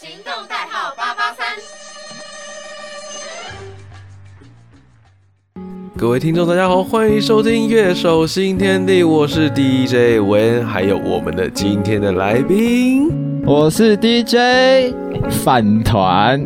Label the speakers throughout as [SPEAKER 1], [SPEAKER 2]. [SPEAKER 1] 行动代号八八三。
[SPEAKER 2] 各位听众，大家好，欢迎收听《乐手新天地》，我是 DJ 文恩，还有我们的今天的来宾。
[SPEAKER 3] 我是 DJ 饭团，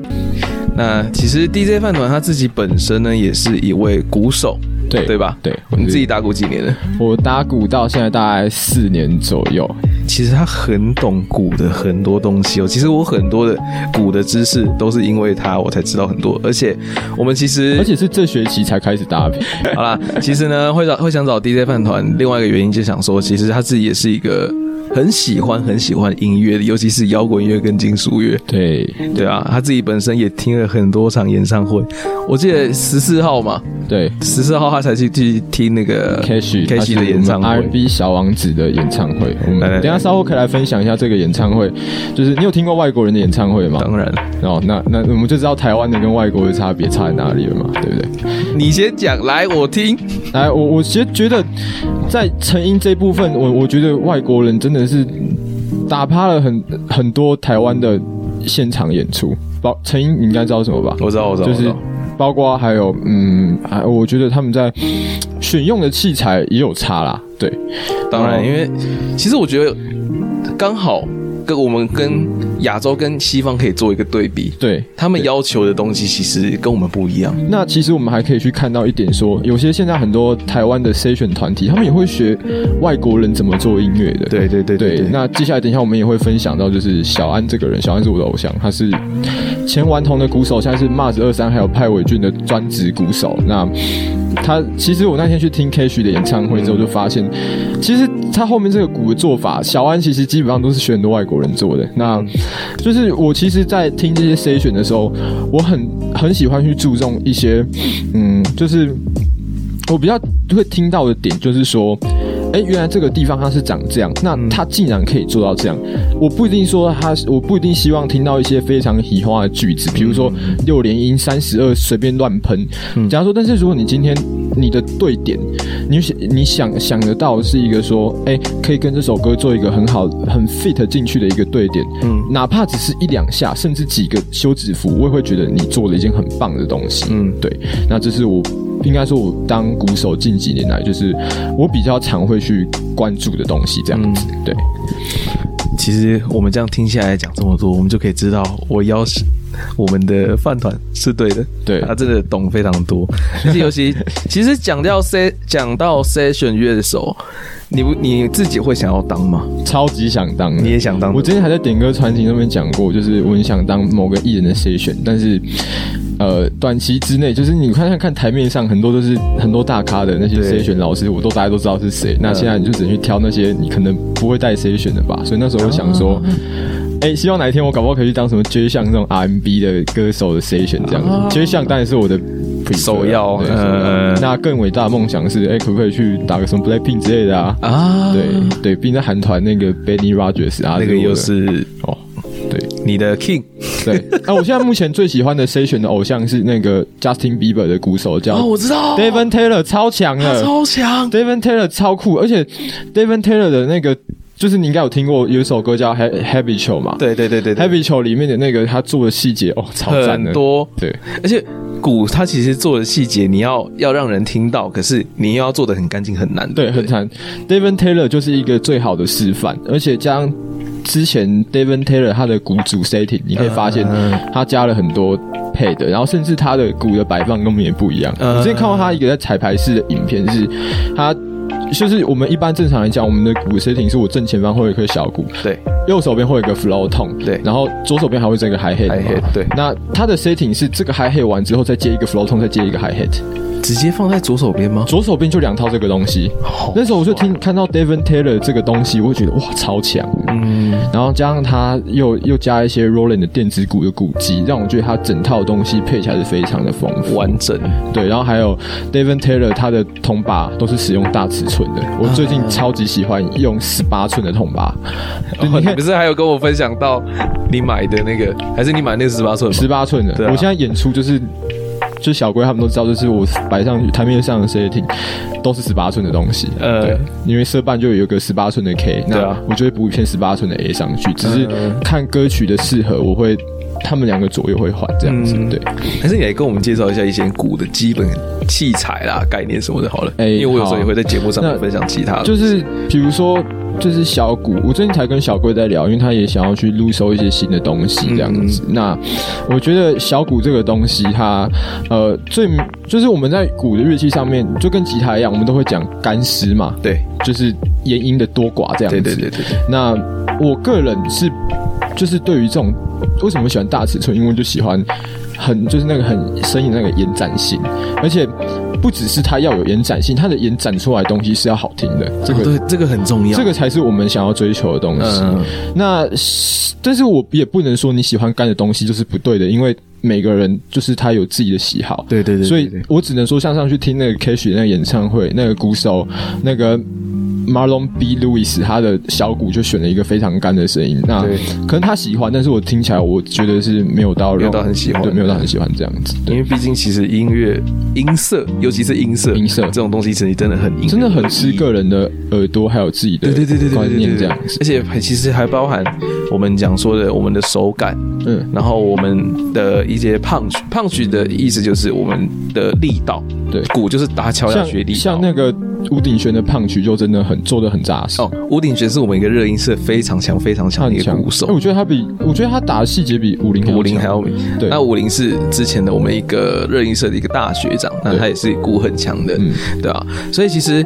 [SPEAKER 2] 那其实 DJ 饭团他自己本身呢，也是一位鼓手，
[SPEAKER 3] 对
[SPEAKER 2] 对吧？
[SPEAKER 3] 对
[SPEAKER 2] 你自己打鼓几年了？
[SPEAKER 3] 我打鼓到现在大概四年左右，
[SPEAKER 2] 其实他很懂鼓的很多东西哦。其实我很多的鼓的知识都是因为他我才知道很多，而且我们其实
[SPEAKER 3] 而且是这学期才开始打鼓。
[SPEAKER 2] 好啦，其实呢，会找会想找 DJ 饭团，另外一个原因就想说，其实他自己也是一个很喜欢很喜欢音乐的，尤其是摇滚乐跟金属乐。
[SPEAKER 3] 对
[SPEAKER 2] 对啊，他自己本身也听了很多场演唱会，我记得十四号嘛，
[SPEAKER 3] 对
[SPEAKER 2] 十四号他才去去听那个
[SPEAKER 3] ，Cash
[SPEAKER 2] Cash 的演唱会。
[SPEAKER 3] ，RB 小王子的演唱会。我们
[SPEAKER 2] 来来来
[SPEAKER 3] 等一下稍后可以来分享一下这个演唱会，就是你有听过外国人的演唱会吗？
[SPEAKER 2] 当然，
[SPEAKER 3] 哦，那那我们就知道台湾的跟外国的差别差在哪里了嘛，对不对？
[SPEAKER 2] 你先讲，来我听。
[SPEAKER 3] 来，我我其实觉得在成因这部分，我我觉得外国人真的是打趴了很很多台湾的现场演出。包成因你应该知道什么吧？
[SPEAKER 2] 我知道，我知道，
[SPEAKER 3] 就
[SPEAKER 2] 我知
[SPEAKER 3] 是
[SPEAKER 2] 道。
[SPEAKER 3] 包括还有嗯，还我觉得他们在选用的器材也有差啦。对，
[SPEAKER 2] 当然，
[SPEAKER 3] 哦
[SPEAKER 2] 因为其实我觉得刚好跟我们跟亚洲跟西方可以做一个对比，
[SPEAKER 3] 对，
[SPEAKER 2] 他们要求的东西其实跟我们不一样。
[SPEAKER 3] 那其实我们还可以去看到一点说，有些现在很多台湾的 session 团体，他们也会学外国人怎么做音乐的。
[SPEAKER 2] 对对
[SPEAKER 3] 对，那接下来等一下我们也会分享到，就是小安这个人，小安是我的偶像，他是前顽童的鼓手，现在是 Mars 二三还有派伟俊的专职鼓手。那他其实我那天去听 Cash 的演唱会之后，就发现，其实他后面这个鼓的做法，小安其实基本上都是选很多外国人做的。那就是我其实，在听这些 C 选的时候，我很很喜欢去注重一些，嗯，就是我比较会听到的点，就是说。哎，原来这个地方它是长这样，那它竟然可以做到这样，我不一定说它，我不一定希望听到一些非常喜欢的句子，比如说六连音三十二随便乱喷。假如说，但是如果你今天你的对点，你想你想想得到是一个说，哎，可以跟这首歌做一个很好很 fit 进去的一个对点，
[SPEAKER 2] 嗯
[SPEAKER 3] 哪怕只是一两下，甚至几个休止符，我也会觉得你做了一件很棒的东西。
[SPEAKER 2] 嗯
[SPEAKER 3] 对，那这是我应该说，我当鼓手近几年来，就是我比较常会去关注的东西，这样子。对，
[SPEAKER 2] 其实我们这样听下来讲这么多，我们就可以知道我邀请我们的饭团是对的，
[SPEAKER 3] 对
[SPEAKER 2] 他真的懂非常多，而且尤其其实讲到 C 讲到 session 乐手，你不你自己会想要当吗？
[SPEAKER 3] 超级想当的，
[SPEAKER 2] 你也想当
[SPEAKER 3] 我之前还在点歌传情上面讲过，就是我很想当某个艺人的 C 选，但是呃，短期之内，就是你看看看台面上很多都是很多大咖的那些
[SPEAKER 2] 对嗯
[SPEAKER 3] C 选老师，我都大家都知道是谁。那现在你就只能去挑那些你可能不会带 C 选的吧。所以那时候我想 说。哎、希望哪一天我搞不好可以去当什么街巷这种 RMB 的歌手的 C 选这样子。街巷当然是我的 prefer 啊
[SPEAKER 2] 首要
[SPEAKER 3] 对
[SPEAKER 2] 呃
[SPEAKER 3] 那更伟大的梦想是，哎、可不可以去打个什么 Blackpink 之类的啊？
[SPEAKER 2] 啊，
[SPEAKER 3] 对对，并在韩团那个 Benny Rogers 啊，
[SPEAKER 2] 那个
[SPEAKER 3] 我的
[SPEAKER 2] 又是
[SPEAKER 3] 哦，对
[SPEAKER 2] 你的 king，
[SPEAKER 3] 对。那、我现在目前最喜欢的 C 选的偶像是那个 Justin Bieber 的鼓手叫
[SPEAKER 2] 哦，我知道
[SPEAKER 3] Devin Taylor，超强
[SPEAKER 2] 他
[SPEAKER 3] 的
[SPEAKER 2] 超强，
[SPEAKER 3] ，Devin Taylor 超酷，而且 Devin Taylor 的那个就是你应该有听过有一首歌叫 Hab- Habitual 嘛，
[SPEAKER 2] 对对对对对，
[SPEAKER 3] ，Habitual 里面的那个他做的细节哦，超赞的，
[SPEAKER 2] 很多，
[SPEAKER 3] 对
[SPEAKER 2] 而且鼓它其实做的细节，你要要让人听到，可是你又要做的很干净很难，
[SPEAKER 3] 对，很惨。Devin Taylor 就是一个最好的示范，而且加上之前 Devin Taylor 他的鼓组 setting，
[SPEAKER 2] 嗯
[SPEAKER 3] 你可以发现他加了很多配的，然后甚至他的鼓的摆放跟我们也不一样。
[SPEAKER 2] 嗯
[SPEAKER 3] 我之前看过他一个在彩排室的影片，是他。就是我们一般正常来讲，我们的鼓 setting 是我正前方会有一颗小鼓，
[SPEAKER 2] 对，
[SPEAKER 3] 右手边会有一个 flow tone，
[SPEAKER 2] 对
[SPEAKER 3] 然后左手边还会这个 hi hat，嘛
[SPEAKER 2] hi hat，对
[SPEAKER 3] 那它的 setting 是这个 hi hat 完之后再接一个 flow tone，再接一个 hi hat，
[SPEAKER 2] 直接放在左手边吗？
[SPEAKER 3] 左手边就两套这个东西。那时候我就听看到 Devin Taylor 这个东西，我会觉得哇超强，
[SPEAKER 2] 嗯，
[SPEAKER 3] 然后加上他又又加一些 Roland 的电子鼓的鼓机，让我觉得他整套东西配起来是非常的丰富。
[SPEAKER 2] 完整，
[SPEAKER 3] 对，然后还有 Devin Taylor 他的铜把都是使用大尺寸的，我最近超级喜欢用十八寸的铜把，
[SPEAKER 2] 哦
[SPEAKER 3] 对 你
[SPEAKER 2] 你
[SPEAKER 3] 看
[SPEAKER 2] 不是还有跟我分享到你买的那个，还是你买那十八寸吗？
[SPEAKER 3] 十八寸的
[SPEAKER 2] 对，啊
[SPEAKER 3] 我现在演出就是。就是小龟他们都知道，就是我摆上去台面上的 setting 都是十八寸的东西，
[SPEAKER 2] 呃
[SPEAKER 3] 对，因为色伴就有一个十八寸的 K，
[SPEAKER 2] 对
[SPEAKER 3] 那
[SPEAKER 2] 啊嗯
[SPEAKER 3] 我就会补一片十八寸的 A 上去，只是看歌曲的适合，我会他们两个左右会换这样子，
[SPEAKER 2] 嗯
[SPEAKER 3] 对。
[SPEAKER 2] 还是你来跟我们介绍一下一些鼓的基本器材啦、概念什么的，好了。
[SPEAKER 3] 哎
[SPEAKER 2] 因为我有时候也会在节目上
[SPEAKER 3] 好
[SPEAKER 2] 面分享其他的，
[SPEAKER 3] 就是比如说，就是小谷，我最近才跟小龟在聊，因为他也想要去入收一些新的东西这样子。
[SPEAKER 2] 嗯
[SPEAKER 3] 那我觉得小谷这个东西它，呃最就是我们在鼓的乐器上面，就跟吉他一样，我们都会讲干湿嘛，
[SPEAKER 2] 对
[SPEAKER 3] 就是延音的多寡这样子。
[SPEAKER 2] 对对对对对，
[SPEAKER 3] 那我个人是，就是对于这种为什么喜欢大尺寸，因为我就喜欢很就是那个很生硬的那个延展性，而且不只是它要有延展性，它的延展出来的东西是要好听的，这
[SPEAKER 2] 哦
[SPEAKER 3] 个、
[SPEAKER 2] 对这个很重要，
[SPEAKER 3] 这个才是我们想要追求的东西。
[SPEAKER 2] 嗯
[SPEAKER 3] 那但是我也不能说你喜欢干的东西就是不对的，因为每个人就是他有自己的喜好。
[SPEAKER 2] 对对对对
[SPEAKER 3] 所以
[SPEAKER 2] 对
[SPEAKER 3] 我只能说，像上去听那个 Cash 那个演唱会，那个鼓手
[SPEAKER 2] 嗯
[SPEAKER 3] 那个 Marlon B. Lewis 他的小鼓就选了一个非常干的声音。那
[SPEAKER 2] 对
[SPEAKER 3] 可能他喜欢，但是我听起来我觉得是没有到
[SPEAKER 2] 没有
[SPEAKER 3] 让
[SPEAKER 2] 到很喜欢嗯
[SPEAKER 3] 对，没有到很喜欢这样子。
[SPEAKER 2] 因
[SPEAKER 3] 对，
[SPEAKER 2] 为毕竟其实音乐音色，尤其是音色，
[SPEAKER 3] 音色
[SPEAKER 2] 这种东西，其实真的很音乐
[SPEAKER 3] 真的很吃个人的耳朵，还有自己的
[SPEAKER 2] 对对对对对对
[SPEAKER 3] 观
[SPEAKER 2] 对
[SPEAKER 3] 念
[SPEAKER 2] 对
[SPEAKER 3] 这
[SPEAKER 2] 对
[SPEAKER 3] 样子。
[SPEAKER 2] 而且还其实还包含我们讲说的我们的手感，
[SPEAKER 3] 嗯，
[SPEAKER 2] 然后我们的一些 punch punch 的意思就是我们的力道，
[SPEAKER 3] 对
[SPEAKER 2] 鼓就是打敲下
[SPEAKER 3] 像
[SPEAKER 2] 去的力道。
[SPEAKER 3] 像那个吴鼎轩的胖曲就真的很做的很扎实。
[SPEAKER 2] 哦，吴鼎玄是我们一个热音社非常强、非常强
[SPEAKER 3] 他
[SPEAKER 2] 的
[SPEAKER 3] 很
[SPEAKER 2] 一个
[SPEAKER 3] 强
[SPEAKER 2] 鼓手
[SPEAKER 3] 哎。我觉得他比，我觉得他打的细节比五零
[SPEAKER 2] 武林还
[SPEAKER 3] 要
[SPEAKER 2] 要
[SPEAKER 3] 强
[SPEAKER 2] 美，
[SPEAKER 3] 对
[SPEAKER 2] 那武林是之前的我们一个热音社的一个大学长，那
[SPEAKER 3] 对
[SPEAKER 2] 他也是鼓很强的，
[SPEAKER 3] 嗯
[SPEAKER 2] 对啊。所以其实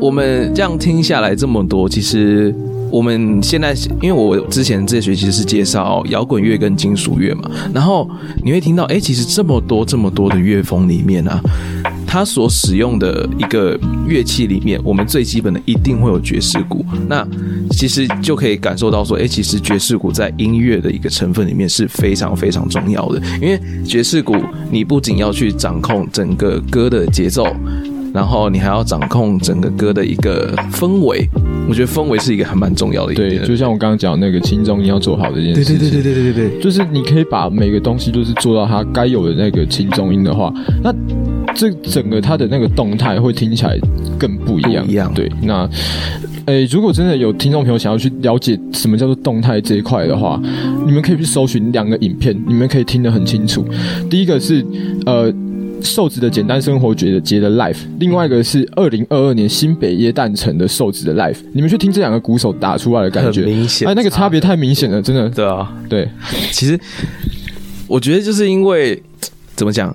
[SPEAKER 2] 我们这样听下来这么多，其实我们现在因为我之前这学期是介绍摇滚乐跟金属乐嘛，然后你会听到，哎、其实这么多这么多的乐风里面啊，它所使用的一个乐器里面，我们最基本的一定会有爵士鼓。那其实就可以感受到说，哎、其实爵士鼓在音乐的一个成分里面是非常非常重要的，因为爵士鼓你不仅要去掌控整个歌的节奏。然后你还要掌控整个歌的一个氛围，我觉得氛围是一个还蛮重要的一
[SPEAKER 3] 对，
[SPEAKER 2] 点。
[SPEAKER 3] 就像我刚刚讲那个轻中音要做好这件事情，
[SPEAKER 2] 对对对对对，
[SPEAKER 3] 就是你可以把每个东西就是做到它该有的那个轻中音的话，那这整个它的那个动态会听起来更不一样。
[SPEAKER 2] 不一样
[SPEAKER 3] 对。那，诶，如果真的有听众朋友想要去了解什么叫做动态这一块的话，你们可以去搜寻两个影片，你们可以听得很清楚。第一个是呃。瘦子的简单生活节的节的 life，另外一个是二零二二年新北耶诞城的瘦子的 life，你们去听这两个鼓手打出来的感觉，
[SPEAKER 2] 很明显
[SPEAKER 3] 哎，那个差别太明显了，真的，
[SPEAKER 2] 对啊，
[SPEAKER 3] 对，
[SPEAKER 2] 其实我觉得就是因为怎么讲，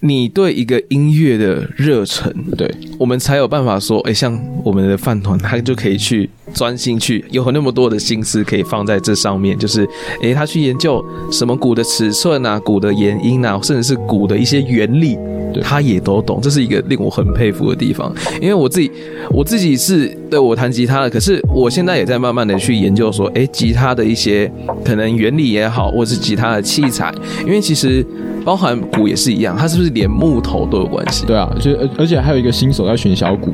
[SPEAKER 2] 你对一个音乐的热忱，
[SPEAKER 3] 对，
[SPEAKER 2] 我们才有办法说，哎、像我们的饭团，他就可以去专心去，有那么多的心思可以放在这上面，就是，哎、他去研究什么鼓的尺寸啊，鼓的延音啊，甚至是鼓的一些原理
[SPEAKER 3] 对，
[SPEAKER 2] 他也都懂，这是一个令我很佩服的地方。因为我自己，我自己是对我弹吉他的，可是我现在也在慢慢的去研究说，哎、吉他的一些可能原理也好，或是吉他的器材，因为其实包含鼓也是一样，它是不是连木头都有关系？
[SPEAKER 3] 对啊，就而而且还有一个新手在选小鼓，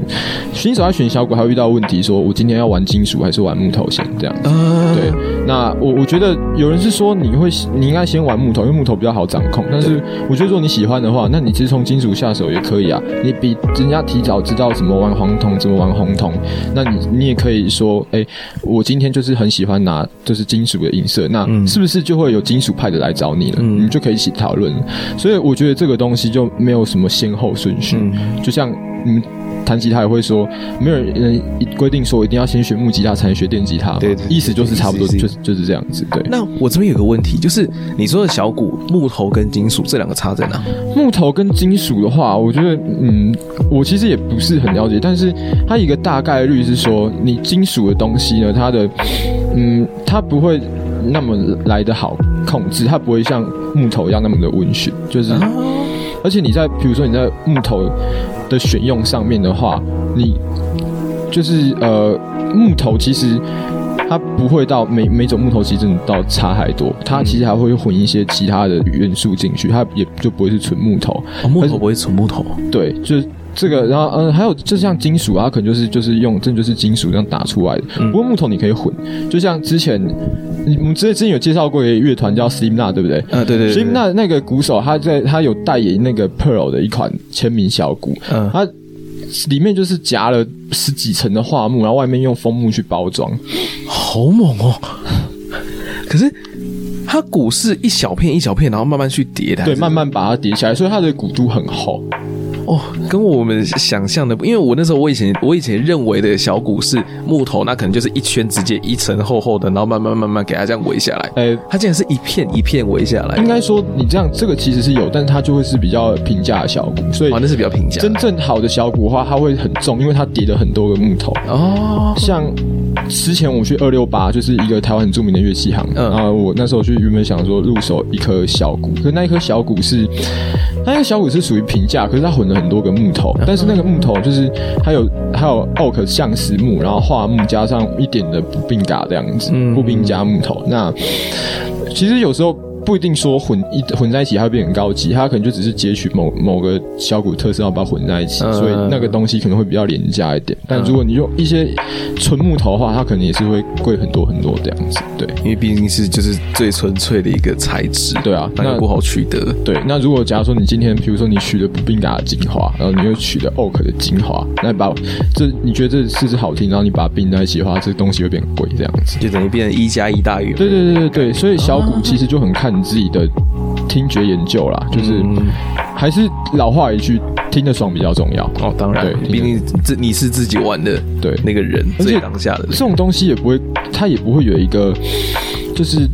[SPEAKER 3] 新手在选小鼓还会遇到问题，说我今天要玩金属还是玩木头先这样。
[SPEAKER 2] 呃
[SPEAKER 3] 对，那我我觉得有人是说你会你应该先玩木头，因为木头比较好掌控。但是我觉得如果你喜欢的话，那你其实从金属下手也可以啊。你比人家提早知道怎么玩黄铜，怎么玩红铜，那你你也可以说，哎、我今天就是很喜欢拿就是金属的音色，那
[SPEAKER 2] 嗯
[SPEAKER 3] 是不是就会有金属派的来找你了？
[SPEAKER 2] 嗯
[SPEAKER 3] 你们就可以一起讨论。所以我觉得这个东西就没有什么先后顺序。
[SPEAKER 2] 嗯
[SPEAKER 3] 就像你们弹吉他也会说，没有人规定说一定要先学木吉他才能学电吉他嘛，
[SPEAKER 2] 对对
[SPEAKER 3] 意思就是差不多，
[SPEAKER 2] 是是
[SPEAKER 3] 就是是就是这样子。对，嗯
[SPEAKER 2] 那我这边有个问题，就是你说的小鼓、木头跟金属这两个差在哪？
[SPEAKER 3] 木头跟金属的话，我觉得，嗯，我其实也不是很了解，但是它一个大概率是说，你金属的东西呢，它的，嗯，它不会那么来得好控制，它不会像木头一样那么的温驯，就是。
[SPEAKER 2] 啊
[SPEAKER 3] 而且你在比如说你在木头的选用上面的话，你就是呃木头其实。它不会到每每种木头其实真的到差太多，它其实还会混一些其他的元素进去，它也就不会是纯木头。
[SPEAKER 2] 哦木头不会纯木头，
[SPEAKER 3] 对，就是这个，然后嗯，还有就像金属啊，可能就是就是用真的就是金属这样打出来的。不过木头你可以混，就像之前你我们之前之前有介绍过一个乐团叫 Slimna，对不对？
[SPEAKER 2] 啊，对对对对
[SPEAKER 3] Slimna 那个鼓手他在他有代言那个 Pearl 的一款签名小鼓，
[SPEAKER 2] 嗯
[SPEAKER 3] 它里面就是夹了十几层的桦木，然后外面用枫木去包装。
[SPEAKER 2] 好猛哦！ 可是它鼓是一小片一小片，然后慢慢去叠的，还
[SPEAKER 3] 对，
[SPEAKER 2] 是
[SPEAKER 3] 慢慢把它叠起来，所以它的骨度很厚。
[SPEAKER 2] 哦，跟我们想象的不，因为我那时候我以前我以前认为的小鼓是木头，那可能就是一圈直接一层厚厚的，然后慢慢慢慢给它这样围下来，
[SPEAKER 3] 呃，
[SPEAKER 2] 它竟然是一片一片围下来，
[SPEAKER 3] 应该说你这样这个其实是有，但是它就会是比较平价的小鼓，所以
[SPEAKER 2] 哦，那是比较平价的
[SPEAKER 3] 真正好的小鼓的话，它会很重，因为它叠了很多个木头。
[SPEAKER 2] 哦，
[SPEAKER 3] 像之前我去二六八，就是一个台湾很著名的乐器行，
[SPEAKER 2] 嗯
[SPEAKER 3] 然后我那时候去原本想说入手一颗小鼓，可那一颗小鼓是，那一颗小鼓是属于平价，可是它混了很多个木头，
[SPEAKER 2] 嗯
[SPEAKER 3] 但是那个木头就是它有还有 oak 橡实木，然后桦木加上一点的布并嘎这样子
[SPEAKER 2] 嗯，
[SPEAKER 3] 布并加木头。那其实有时候。不一定说混一混在一起，它会变很高级，它可能就只是截取某某个小鼓特色，然后把它混在一起，
[SPEAKER 2] 嗯
[SPEAKER 3] 所以那个东西可能会比较廉价一点。但如果你用一些纯木头的话，它可能也是会贵很多很多这样子。对
[SPEAKER 2] 因为毕竟是就是最纯粹的一个材质，
[SPEAKER 3] 对啊
[SPEAKER 2] 那
[SPEAKER 3] 那
[SPEAKER 2] 个不好取得。
[SPEAKER 3] 对，那如果假如说你今天，比如说你取了布宾达的精华，然后你又取了 oak 的精华，那把这你觉得这四是好听，然后你把它并在一起的话，这东西会变贵这样子。
[SPEAKER 2] 就等于变成一加一大于
[SPEAKER 3] 对对对对对，所以小鼓其实就很看你自己的听觉研究啦，就是
[SPEAKER 2] 嗯
[SPEAKER 3] 还是老话一句，听得爽比较重要。
[SPEAKER 2] 哦，当然
[SPEAKER 3] 对，
[SPEAKER 2] 毕竟自你是自己玩的，
[SPEAKER 3] 对
[SPEAKER 2] 那个人
[SPEAKER 3] 而且
[SPEAKER 2] 最当下的那
[SPEAKER 3] 这
[SPEAKER 2] 个，
[SPEAKER 3] 种东西也不会，它也不会有一个就是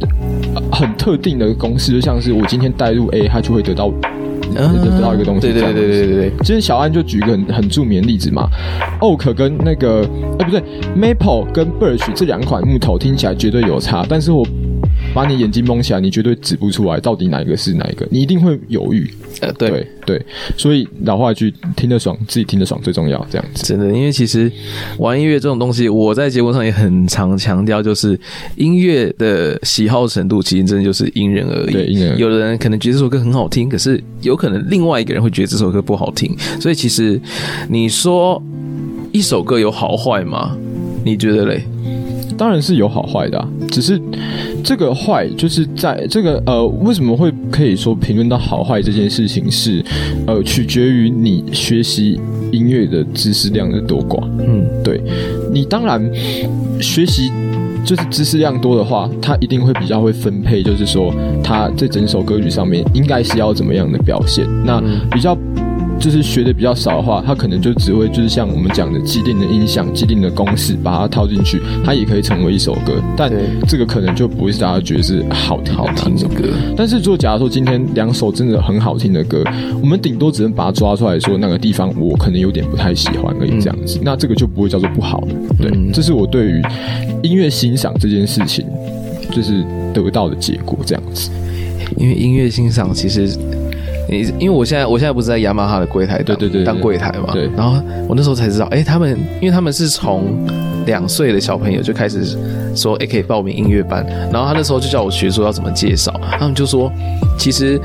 [SPEAKER 3] 呃很特定的公式，就像是我今天带入 A，它就会得到得到一个东西
[SPEAKER 2] 啊对对对对对对对，
[SPEAKER 3] 今天小安就举一个很很著名的例子嘛，oak 跟那个哎、不对，maple 跟 birch 这两款木头听起来绝对有差，但是我把你眼睛蒙起来，你绝对指不出来到底哪一个是哪一个，你一定会犹豫。
[SPEAKER 2] 呃对。
[SPEAKER 3] 对，所以老话一句，听得爽，自己听得爽最重要，这样子。
[SPEAKER 2] 真的，因为其实玩音乐这种东西，我在节目上也很常强调，就是音乐的喜好程度，其实真的就是因人而异。
[SPEAKER 3] 对因人而异
[SPEAKER 2] 有的人可能觉得这首歌很好听，可是有可能另外一个人会觉得这首歌不好听。所以其实你说一首歌有好坏吗？你觉得嘞？
[SPEAKER 3] 当然是有好坏的、啊，只是这个坏就是在这个呃，为什么会可以说评论到好坏这件事情是呃，取决于你学习音乐的知识量的多寡。
[SPEAKER 2] 嗯，
[SPEAKER 3] 对你当然学习就是知识量多的话，他一定会比较会分配，就是说他在整首歌曲上面应该是要怎么样的表现。那
[SPEAKER 2] 嗯
[SPEAKER 3] 比较。就是学的比较少的话，他可能就只会就是像我们讲的既定的音响、既定的公式，把它套进去，它也可以成为一首歌。但
[SPEAKER 2] 对
[SPEAKER 3] 这个可能就不会是大家觉得是好听的
[SPEAKER 2] 好
[SPEAKER 3] 那
[SPEAKER 2] 听
[SPEAKER 3] 种
[SPEAKER 2] 的歌，
[SPEAKER 3] 但是，如果假如说今天两首真的很好听的歌，嗯我们顶多只能把它抓出来说那个地方我可能有点不太喜欢而已，这样子。那这个就不会叫做不好了。对，
[SPEAKER 2] 嗯
[SPEAKER 3] 这是我对于音乐欣赏这件事情就是得到的结果，这样子。
[SPEAKER 2] 因为音乐欣赏其实。你因为我现在我现在不是在雅马哈的柜台当
[SPEAKER 3] 对对对对
[SPEAKER 2] 当柜台嘛，
[SPEAKER 3] 对
[SPEAKER 2] 然后我那时候才知道，哎、他们因为他们是从两岁的小朋友就开始说，哎、可以报名音乐班，然后他那时候就叫我学说要怎么介绍，他们就说，其实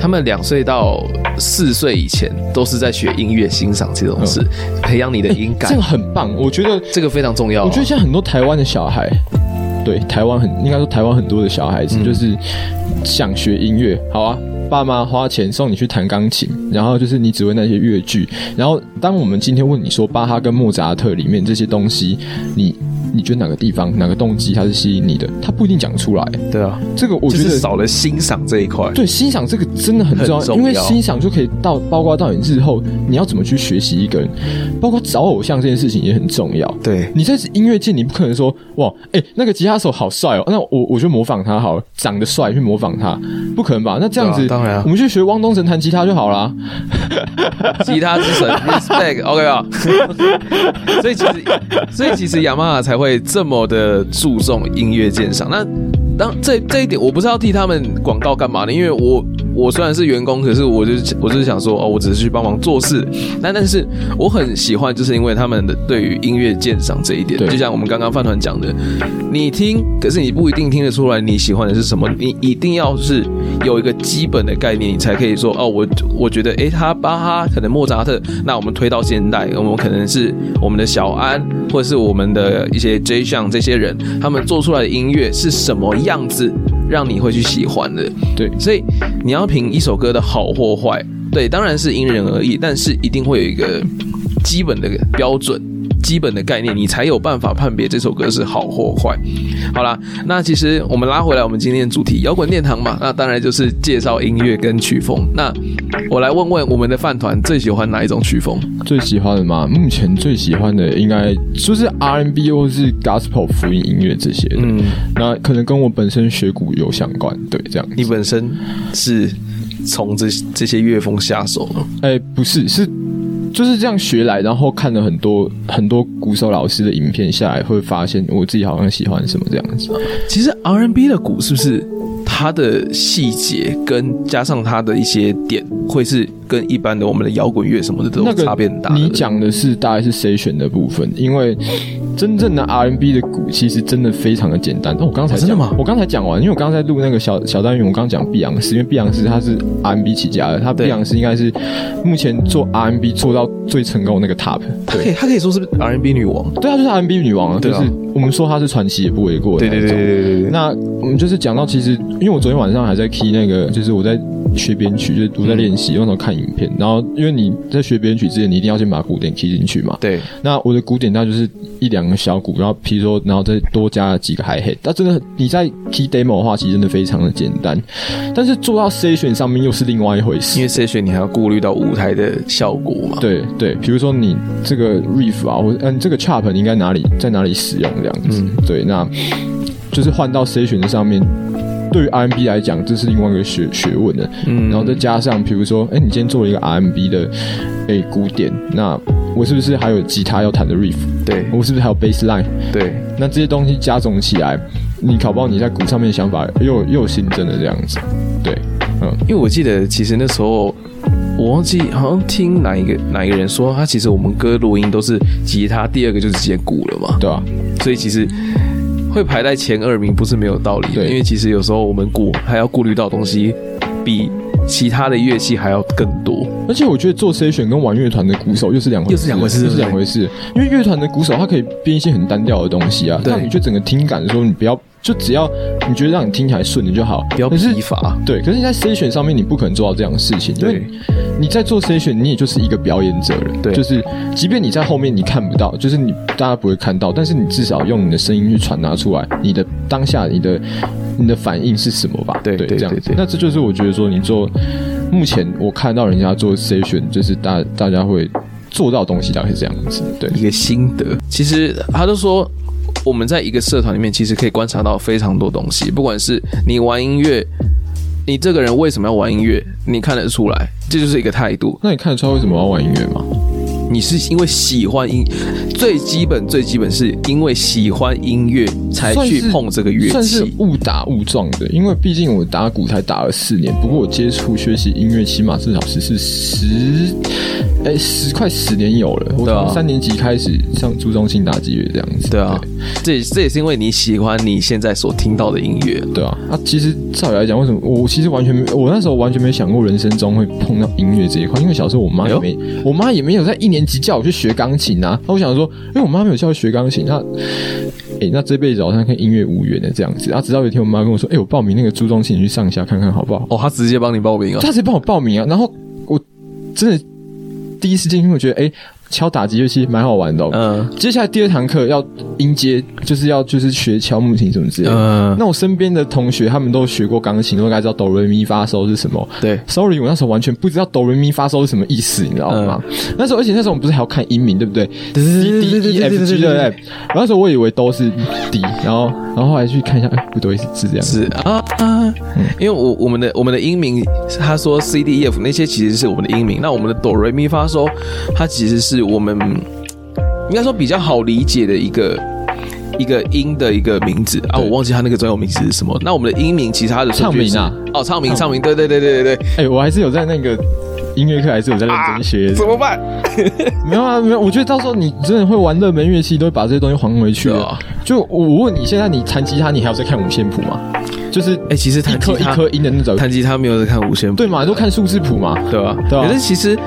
[SPEAKER 2] 他们两岁到四岁以前都是在学音乐欣赏这种事，培养你的音感，
[SPEAKER 3] 嗯 这个很棒，我觉得
[SPEAKER 2] 这个非常重要、啊
[SPEAKER 3] 我觉得现在很多台湾的小孩，对台湾很应该说台湾很多的小孩子、
[SPEAKER 2] 嗯
[SPEAKER 3] 就是想学音乐，好啊。爸妈花钱送你去弹钢琴，然后就是你只会那些乐句。然后，当我们今天问你说巴哈跟莫扎特里面这些东西，你你觉得哪个地方、哪个动机它是吸引你的？他不一定讲出来。
[SPEAKER 2] 对啊，
[SPEAKER 3] 这个我
[SPEAKER 2] 就
[SPEAKER 3] 觉得
[SPEAKER 2] 是少了欣赏这一块，
[SPEAKER 3] 对，欣赏这个真的很重要，
[SPEAKER 2] 很重要
[SPEAKER 3] 因为欣赏就可以到包括到你日后你要怎么去学习一个人，包括找偶像这件事情也很重要。
[SPEAKER 2] 对，
[SPEAKER 3] 你在音乐界，你不可能说哇，哎、那个吉他手好帅哦，那我我就模仿他好了，长得帅去模仿他，不可能吧？那这样子，
[SPEAKER 2] 对啊当然啊
[SPEAKER 3] 我们去学汪东城弹吉他就好啦。
[SPEAKER 2] 吉他之神，respect，OK 啊。所以其实，所以其实雅马哈才会这么的注重音乐鉴赏。那当这这一点，我不是要替他们广告干嘛的，因为我我虽然是员工，可是我就是我就是想说，哦，我只是去帮忙做事。那但是我很喜欢，就是因为他们的对于音乐鉴赏这一点，
[SPEAKER 3] 对
[SPEAKER 2] 就像我们刚刚饭团讲的，你听，可是你不一定听得出来你喜欢的是什么，你一定要是有一个基本的概念，你才可以说，哦，我我觉得，诶，他巴哈可能莫扎特，那我们推到现代，我们可能是我们的小安，或者是我们的一些 J 项这些人，他们做出来的音乐是什么样子，让你会去喜欢的。
[SPEAKER 3] 对
[SPEAKER 2] 所以你要评一首歌的好或坏，对，当然是因人而异，但是一定会有一个基本的标准。基本的概念，你才有办法判别这首歌是好或坏。好啦，那其实我们拉回来，我们今天的主题摇滚殿堂嘛，那当然就是介绍音乐跟曲风。那我来问问我们的饭团最喜欢哪一种曲风？
[SPEAKER 3] 最喜欢的嘛，目前最喜欢的应该就是 R&B 或是 Gospel 福音音乐这些的。
[SPEAKER 2] 嗯，
[SPEAKER 3] 那可能跟我本身学鼓有相关，对，这样。
[SPEAKER 2] 你本身是从这这些乐风下手吗？
[SPEAKER 3] 哎、不是，是就是这样学来，然后看了很多很多鼓手老师的影片下来，会发现我自己好像喜欢什么这样子。
[SPEAKER 2] 其实 R&B 的鼓是不是它的细节跟加上它的一些点，会是跟一般的我们的摇滚乐什么的都
[SPEAKER 3] 那个
[SPEAKER 2] 差别很大？
[SPEAKER 3] 你
[SPEAKER 2] 对不对
[SPEAKER 3] 讲的是大概是谁选的部分，因为真正的 R&B 的鼓其实真的非常的简单。哦，我刚才
[SPEAKER 2] 哦真的
[SPEAKER 3] 讲
[SPEAKER 2] 吗
[SPEAKER 3] 我刚才讲完，因为我刚才录那个小小单元，我刚讲碧昂斯，因为碧昂斯他是 R&B 起家的，他
[SPEAKER 2] 对
[SPEAKER 3] 碧昂斯应该是目前做 R&B 做到最成功的那个 top。
[SPEAKER 2] 它可以，它可以说是 R&B 女王。
[SPEAKER 3] 对，她就是 R&B 女王啊，
[SPEAKER 2] 对
[SPEAKER 3] 就
[SPEAKER 2] 啊
[SPEAKER 3] 是我们说她是传奇也不为过的那一种。
[SPEAKER 2] 对对。
[SPEAKER 3] 那我们就是讲到，其实因为我昨天晚上还在 key 那个，就是我在学编曲，就是我在
[SPEAKER 2] 嗯
[SPEAKER 3] 练习，那时候看影片。然后因为你在学编曲之前，你一定要先把鼓点 key 进去嘛。
[SPEAKER 2] 对，
[SPEAKER 3] 那我的鼓点它就是一两个小鼓，然后譬如说，然后再多加几个 hi hat。那真的你在 key demo 的话，其实真的非常的简单，但是做到 session 上面又是另外一回
[SPEAKER 2] 因
[SPEAKER 3] 事。
[SPEAKER 2] 为 session 你还要顾虑到舞台的效果嘛。
[SPEAKER 3] 对对，比如说你这个 riff 啊，或者嗯这个 chop 你应该哪里在哪里使用这样子。
[SPEAKER 2] 嗯
[SPEAKER 3] 对，那就是换到 session 上面。对于 RMB 来讲，这是另外一个学学问的。
[SPEAKER 2] 嗯
[SPEAKER 3] 然后再加上，比如说，哎、你今天做了一个 RMB 的哎鼓点，那我是不是还有吉他要弹的 riff？
[SPEAKER 2] 对
[SPEAKER 3] 我是不是还有 bass line？
[SPEAKER 2] 对，
[SPEAKER 3] 那这些东西加总起来，你搞不好你在鼓上面的想法又又有新增的这样子。对，嗯，
[SPEAKER 2] 因为我记得其实那时候。我忘记好像听哪一个哪一个人说，他其实我们歌录音都是吉他，第二个就是直接鼓了嘛。
[SPEAKER 3] 对啊吧、
[SPEAKER 2] 所以其实会排在前二名不是没有道理的，
[SPEAKER 3] 对
[SPEAKER 2] 因为其实有时候我们鼓还要顾虑到东西比其他的乐器还要更多。
[SPEAKER 3] 而且我觉得做 C 选跟玩乐团的鼓手又是两回事，
[SPEAKER 2] 又是两回事
[SPEAKER 3] 又是两回事。因为乐团的鼓手他可以编一些很单调的东西啊，
[SPEAKER 2] 对
[SPEAKER 3] 让你去整个听感的时候，你不要就只要你觉得让你听起来顺的就好，
[SPEAKER 2] 不要
[SPEAKER 3] 可是
[SPEAKER 2] 疲乏
[SPEAKER 3] 对，可是你在 C 选上面你不可能做到这样的事情，因为
[SPEAKER 2] 对
[SPEAKER 3] 你在做 C 选，你也就是一个表演者了。
[SPEAKER 2] 对
[SPEAKER 3] 就是即便你在后面你看不到，就是你大家不会看到，但是你至少用你的声音去传达出来，你的当下你的你的反应是什么吧？
[SPEAKER 2] 对对
[SPEAKER 3] 这样
[SPEAKER 2] 对
[SPEAKER 3] 子
[SPEAKER 2] 对。
[SPEAKER 3] 那这就是我觉得说，你做目前我看到人家做 session，就是大大家会做到的东西，大概是这样子。对，
[SPEAKER 2] 一个心得。其实他就说，我们在一个社团里面，其实可以观察到非常多东西，不管是你玩音乐，你这个人为什么要玩音乐，你看得出来，这就是一个态度。
[SPEAKER 3] 那你看得出来为什么要玩音乐吗？
[SPEAKER 2] 你是因为喜欢音，最基本最基本是因为喜欢音乐才
[SPEAKER 3] 算
[SPEAKER 2] 去
[SPEAKER 3] 是
[SPEAKER 2] 碰这个乐器，
[SPEAKER 3] 算是误打误撞的，因为毕竟我打鼓才打了四年，不过我接触学习音乐起码至少是是十，哎、十快十年有了。我
[SPEAKER 2] 对啊
[SPEAKER 3] 从三年级开始上朱中心打击乐这样子。
[SPEAKER 2] 对啊，这也这也是因为你喜欢你现在所听到的音乐。
[SPEAKER 3] 对啊，啊，其实照理来讲，为什么我其实完全没，我那时候完全没想过人生中会碰到音乐这一块，因为小时候我妈
[SPEAKER 2] 哎
[SPEAKER 3] 也
[SPEAKER 2] 呦
[SPEAKER 3] 没，我妈也没有在一年级叫我去学钢琴啊。那我想说，因为我妈没有叫我学钢琴，那，哎、那这辈子好像跟音乐无缘的这样子。啊，直到有一天我妈跟我说，哎、我报名那个朱中琴去上一下看看好不好？
[SPEAKER 2] 哦，他直接帮你报名啊！
[SPEAKER 3] 她直接帮我报名啊，然后我真的第一次进去，我觉得哎、敲打击乐器蛮好玩的、哦。
[SPEAKER 2] 嗯
[SPEAKER 3] 接下来第二堂课要音阶，就是要就是学敲木琴什么之类的。
[SPEAKER 2] 嗯，
[SPEAKER 3] 那我身边的同学，他们都学过钢琴，都应该知道哆来咪发嗦是什么。
[SPEAKER 2] 对，
[SPEAKER 3] Sorry，我那时候完全不知道哆来咪发嗦是什么意思，你知道吗？那时候，而且那时候我们不是还要看音名，对不对？C
[SPEAKER 2] 对
[SPEAKER 3] D
[SPEAKER 2] 嗯对
[SPEAKER 3] E
[SPEAKER 2] 对
[SPEAKER 3] F
[SPEAKER 2] 对
[SPEAKER 3] G
[SPEAKER 2] 对对
[SPEAKER 3] 对不对？然后那时候我以为都是 D，然后然后后来去看一下，哎，不对，是是这样。
[SPEAKER 2] 是啊
[SPEAKER 3] 嗯
[SPEAKER 2] 啊，因为我我们的我们的音名，他说 C D E F 那些其实是我们的音名，那我们的哆瑞咪发嗦，它其实是我们应该说比较好理解的一个一个音的一个名字啊，我忘记他那个专有名词是什么。那我们的音名其实它的顺序是
[SPEAKER 3] 唱名啊，
[SPEAKER 2] 哦，唱名，唱名，对对对对对对，
[SPEAKER 3] 哎、我还是有在那个音乐课，还是有在认真学。
[SPEAKER 2] 啊怎么办？
[SPEAKER 3] 没有啊，没有。我觉得到时候你真的会玩热门乐器，都会把这些东西还回去
[SPEAKER 2] 对
[SPEAKER 3] 的。
[SPEAKER 2] 啊
[SPEAKER 3] 就我问你，现在你弹吉他，你还有在看五线谱吗？就是
[SPEAKER 2] 哎、其实
[SPEAKER 3] 一
[SPEAKER 2] 弹吉
[SPEAKER 3] 颗一
[SPEAKER 2] 他，
[SPEAKER 3] 颗音的那种，
[SPEAKER 2] 弹吉他没有在看五线谱，
[SPEAKER 3] 对嘛？都看数字谱嘛。
[SPEAKER 2] 呃对吧？
[SPEAKER 3] 对啊
[SPEAKER 2] 可是其实。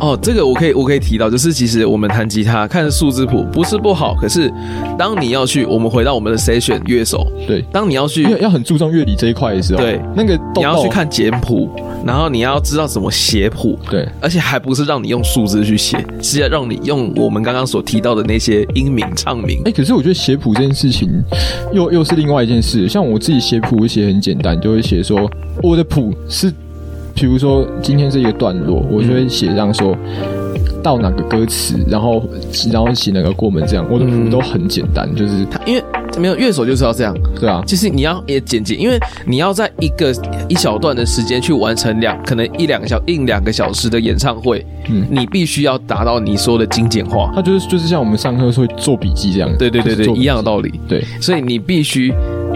[SPEAKER 2] 哦，这个我可以，我可以提到，就是其实我们弹吉他看数字谱不是不好，可是当你要去，我们回到我们的 session 乐手，
[SPEAKER 3] 对，
[SPEAKER 2] 当你要去
[SPEAKER 3] 要要很注重乐理这一块的时候，
[SPEAKER 2] 对
[SPEAKER 3] 那个豆
[SPEAKER 2] 你要
[SPEAKER 3] 豆
[SPEAKER 2] 去，看简谱，然后你要知道怎么写谱，
[SPEAKER 3] 对
[SPEAKER 2] 而且还不是让你用数字去写，是要让你用我们刚刚所提到的那些音名、唱名
[SPEAKER 3] 哎、。可是我觉得写谱这件事情又又是另外一件事。像我自己写谱写很简单，就会写说我的谱是，比如说今天是一个段落，我就会写上说。到哪个歌词，然后然后写哪个过门，这样我的谱
[SPEAKER 2] 嗯
[SPEAKER 3] 都很简单，就是
[SPEAKER 2] 它因为没有乐手就是要这样，
[SPEAKER 3] 对啊，
[SPEAKER 2] 就是你要也简洁，因为你要在一个一小段的时间去完成两可能一两个小一两个小时的演唱会，
[SPEAKER 3] 嗯
[SPEAKER 2] 你必须要达到你说的精简化。
[SPEAKER 3] 它就是就是像我们上课会做笔记这样，
[SPEAKER 2] 对对对
[SPEAKER 3] 就是
[SPEAKER 2] 对
[SPEAKER 3] 做，笔
[SPEAKER 2] 一
[SPEAKER 3] 记
[SPEAKER 2] 样的道理。
[SPEAKER 3] 对，
[SPEAKER 2] 所以你必须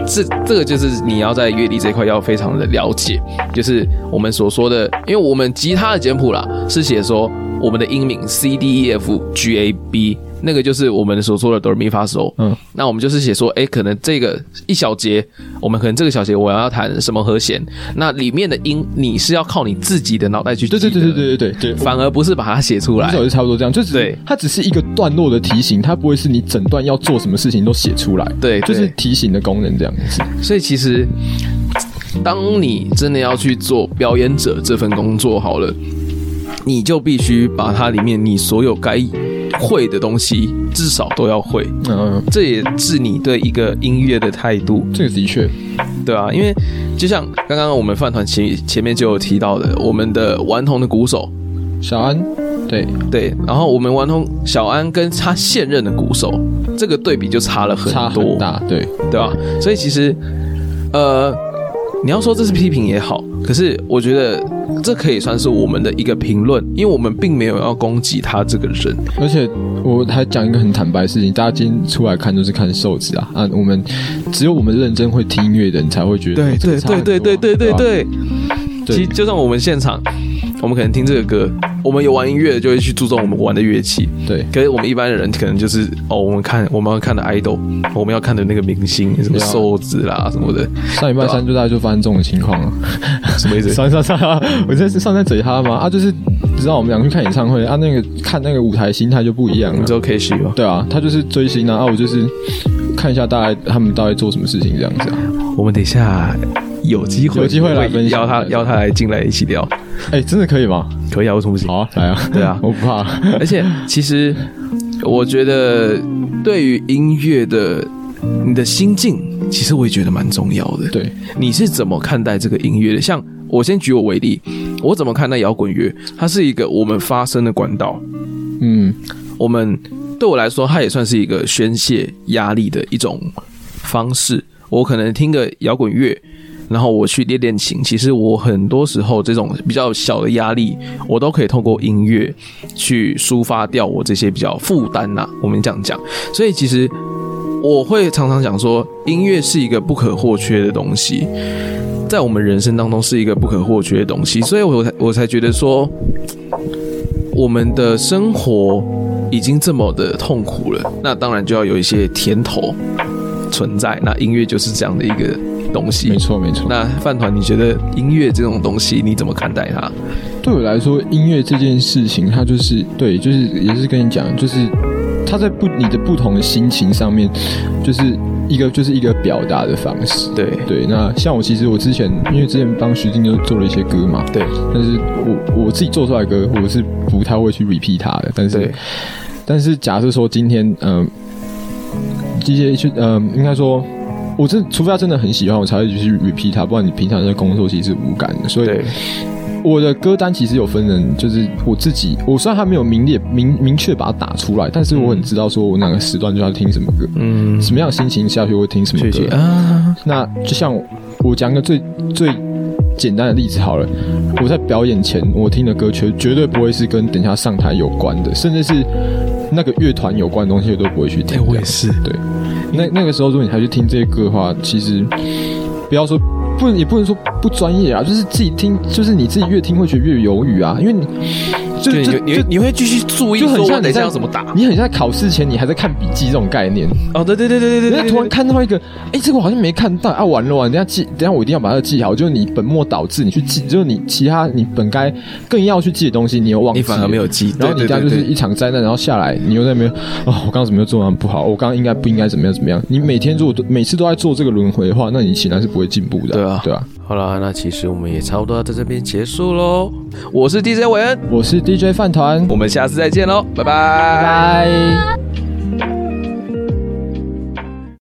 [SPEAKER 2] 这这个就是你要在乐理这一块要非常的了解，就是我们所说的，因为我们吉他的简谱啦是写说我们的音名 C D E F G A B。那个就是我们所说的哆来咪发嗦，
[SPEAKER 3] 嗯
[SPEAKER 2] 嗯，那我们就是写说，哎、可能这个一小节，我们可能这个小节我要弹什么和弦，那里面的音你是要靠你自己的脑袋去记的，
[SPEAKER 3] 对对对对对对对对。
[SPEAKER 2] 反而不是把它写出来
[SPEAKER 3] 至，少就差不多这样，就只
[SPEAKER 2] 对
[SPEAKER 3] 它只是一个段落的提醒，它不会是你整段要做什么事情都写出来，
[SPEAKER 2] 对
[SPEAKER 3] 就
[SPEAKER 2] 对
[SPEAKER 3] 是提醒的功能这样子。
[SPEAKER 2] 所以其实，当你真的要去做表演者这份工作，好了，你就必须把它里面你所有该会的东西，至少都要会。
[SPEAKER 3] 嗯，
[SPEAKER 2] 这也是你对一个音乐的态度，
[SPEAKER 3] 这个的确，
[SPEAKER 2] 对啊，因为就像刚刚我们饭团前前面就有提到的，我们的顽童的鼓手，
[SPEAKER 3] 小安，对，
[SPEAKER 2] 对，然后我们顽童小安跟他现任的鼓手，这个对比就差了很
[SPEAKER 3] 差
[SPEAKER 2] 多，
[SPEAKER 3] 很大，对，
[SPEAKER 2] 对吧、所以其实，呃，你要说这是批评也好，可是我觉得这可以算是我们的一个评论，因为我们并没有要攻击他这个人。
[SPEAKER 3] 而且我还讲一个很坦白的事情，大家今天出来看都是看瘦子啊啊，我们只有我们认真会听音乐的人才会觉得这个差很多啊，吧，对
[SPEAKER 2] 其实就像我们现场，我们可能听这个歌，我们有玩音乐的就会去注重我们玩的乐器。
[SPEAKER 3] 对，啊
[SPEAKER 2] 可是我们一般的人可能就是哦，我们看我们要看的 idol，我们要看的那个明星，什么
[SPEAKER 3] 对啊
[SPEAKER 2] 瘦子啦什么 的，
[SPEAKER 3] 上礼拜三就大家就发生这种情况了。
[SPEAKER 2] 什么意思？
[SPEAKER 3] 上上上，我这是上在嘴他嘛啊，就是你知道我们俩去看演唱会啊，那个看那个舞台心态就不一样
[SPEAKER 2] 你
[SPEAKER 3] 了
[SPEAKER 2] 知。道 K 系吗？
[SPEAKER 3] 对啊，他就是追星啊，啊，我就是看一下大概他们大概做什么事情这样子啊。
[SPEAKER 2] 我们等一下有机会
[SPEAKER 3] 有机会来分享
[SPEAKER 2] 邀他邀他来进来一起聊，
[SPEAKER 3] 哎、真的可以吗？
[SPEAKER 2] 可以啊，为什么不行？
[SPEAKER 3] 好啊，来啊，
[SPEAKER 2] 对啊
[SPEAKER 3] 我不怕。
[SPEAKER 2] 而且其实我觉得对于音乐的你的心境，其实我也觉得蛮重要的。，
[SPEAKER 3] 对，
[SPEAKER 2] 你是怎么看待这个音乐的？像我先举我为例，我怎么看待摇滚乐？它是一个我们发声的管道，
[SPEAKER 3] 嗯，
[SPEAKER 2] 我们对我来说，它也算是一个宣泄压力的一种方式。我可能听个摇滚乐，然后我去练练琴。其实我很多时候这种比较小的压力，我都可以透过音乐去抒发掉我这些比较负担呐。我们这样讲，所以其实我会常常讲说，音乐是一个不可或缺的东西。在我们人生当中是一个不可或缺的东西，所以我才我才觉得说，我们的生活已经这么的痛苦了，那当然就要有一些甜头存在。那音乐就是这样的一个东西
[SPEAKER 3] 没。错没错。
[SPEAKER 2] 那饭团，你觉得音乐这种东西你怎么看待它？
[SPEAKER 3] 对我来说，音乐这件事情，它就是对，就是也是跟你讲，就是它在不你的不同的心情上面，就是一个就是一个表达的方式。
[SPEAKER 2] 对
[SPEAKER 3] 对，那像我其实我之前，因为之前帮徐静就做了一些歌嘛，
[SPEAKER 2] 对
[SPEAKER 3] 但是我我自己做出来的歌，我是不太会去 repeat 它的。但是
[SPEAKER 2] 对，
[SPEAKER 3] 但是假设说今天，嗯、这些去，嗯、应该说，我真除非他真的很喜欢，我才会去 repeat 它，不然你平常在工作其实是无感的。所以
[SPEAKER 2] 对
[SPEAKER 3] 我的歌单其实有分人，就是我自己，我虽然还没有明列明明确把它打出来，但是我很知道说我哪个时段就要听什么歌，
[SPEAKER 2] 嗯，
[SPEAKER 3] 什么样的心情下去会听什么
[SPEAKER 2] 学
[SPEAKER 3] 歌。
[SPEAKER 2] 习啊，
[SPEAKER 3] 那就像我讲个最最简单的例子好了，我在表演前我听的歌曲绝对不会是跟等一下上台有关的，甚至是那个乐团有关的东西，我都不会去听。
[SPEAKER 4] 哎，我也是，
[SPEAKER 3] 对，那那个时候如果你还去听这些歌的话，其实不要说不也不能说不专业啊，就是自己听，就是你自己越听会觉得越犹豫啊，因为你就
[SPEAKER 2] 对，
[SPEAKER 3] 就
[SPEAKER 2] 你你
[SPEAKER 3] 就
[SPEAKER 2] 你会继续注意
[SPEAKER 3] 就
[SPEAKER 2] 说
[SPEAKER 3] 很
[SPEAKER 2] 我
[SPEAKER 3] 像
[SPEAKER 2] 等
[SPEAKER 3] 你
[SPEAKER 2] 一下
[SPEAKER 3] 在
[SPEAKER 2] 要怎么打？
[SPEAKER 3] 你很像在考试前你还在看笔记这种概念，
[SPEAKER 2] 哦，对对对对对
[SPEAKER 3] 人
[SPEAKER 2] 对
[SPEAKER 3] 家
[SPEAKER 2] 对，
[SPEAKER 3] 突然看到一个，哎，这个我好像没看到啊，完了完了，等一下记，等一下我一定要把它记好，就是你本末倒置，你去记，
[SPEAKER 2] 嗯
[SPEAKER 3] 就是你其他你本该更要去记的东西，你又忘记，
[SPEAKER 2] 你反而没有。记，
[SPEAKER 3] 然后你
[SPEAKER 2] 对
[SPEAKER 3] 这
[SPEAKER 2] 对
[SPEAKER 3] 样就
[SPEAKER 2] 对
[SPEAKER 3] 是
[SPEAKER 2] 对
[SPEAKER 3] 一场灾难，然后下来你又在那边，哦，我刚刚怎么又做完不好？我刚刚应该不应该怎么样怎么样？你每天如果都每次都在做这个轮回的话，那你显然是不会进步的。
[SPEAKER 2] 对啊
[SPEAKER 3] 对啊。
[SPEAKER 4] 好啦，那其实我们也差不多要在这边结束喽。
[SPEAKER 2] 我是 DJ 韦恩，
[SPEAKER 3] 我是 DJ 饭团，
[SPEAKER 2] 我们下次再见喽，拜拜
[SPEAKER 3] 拜。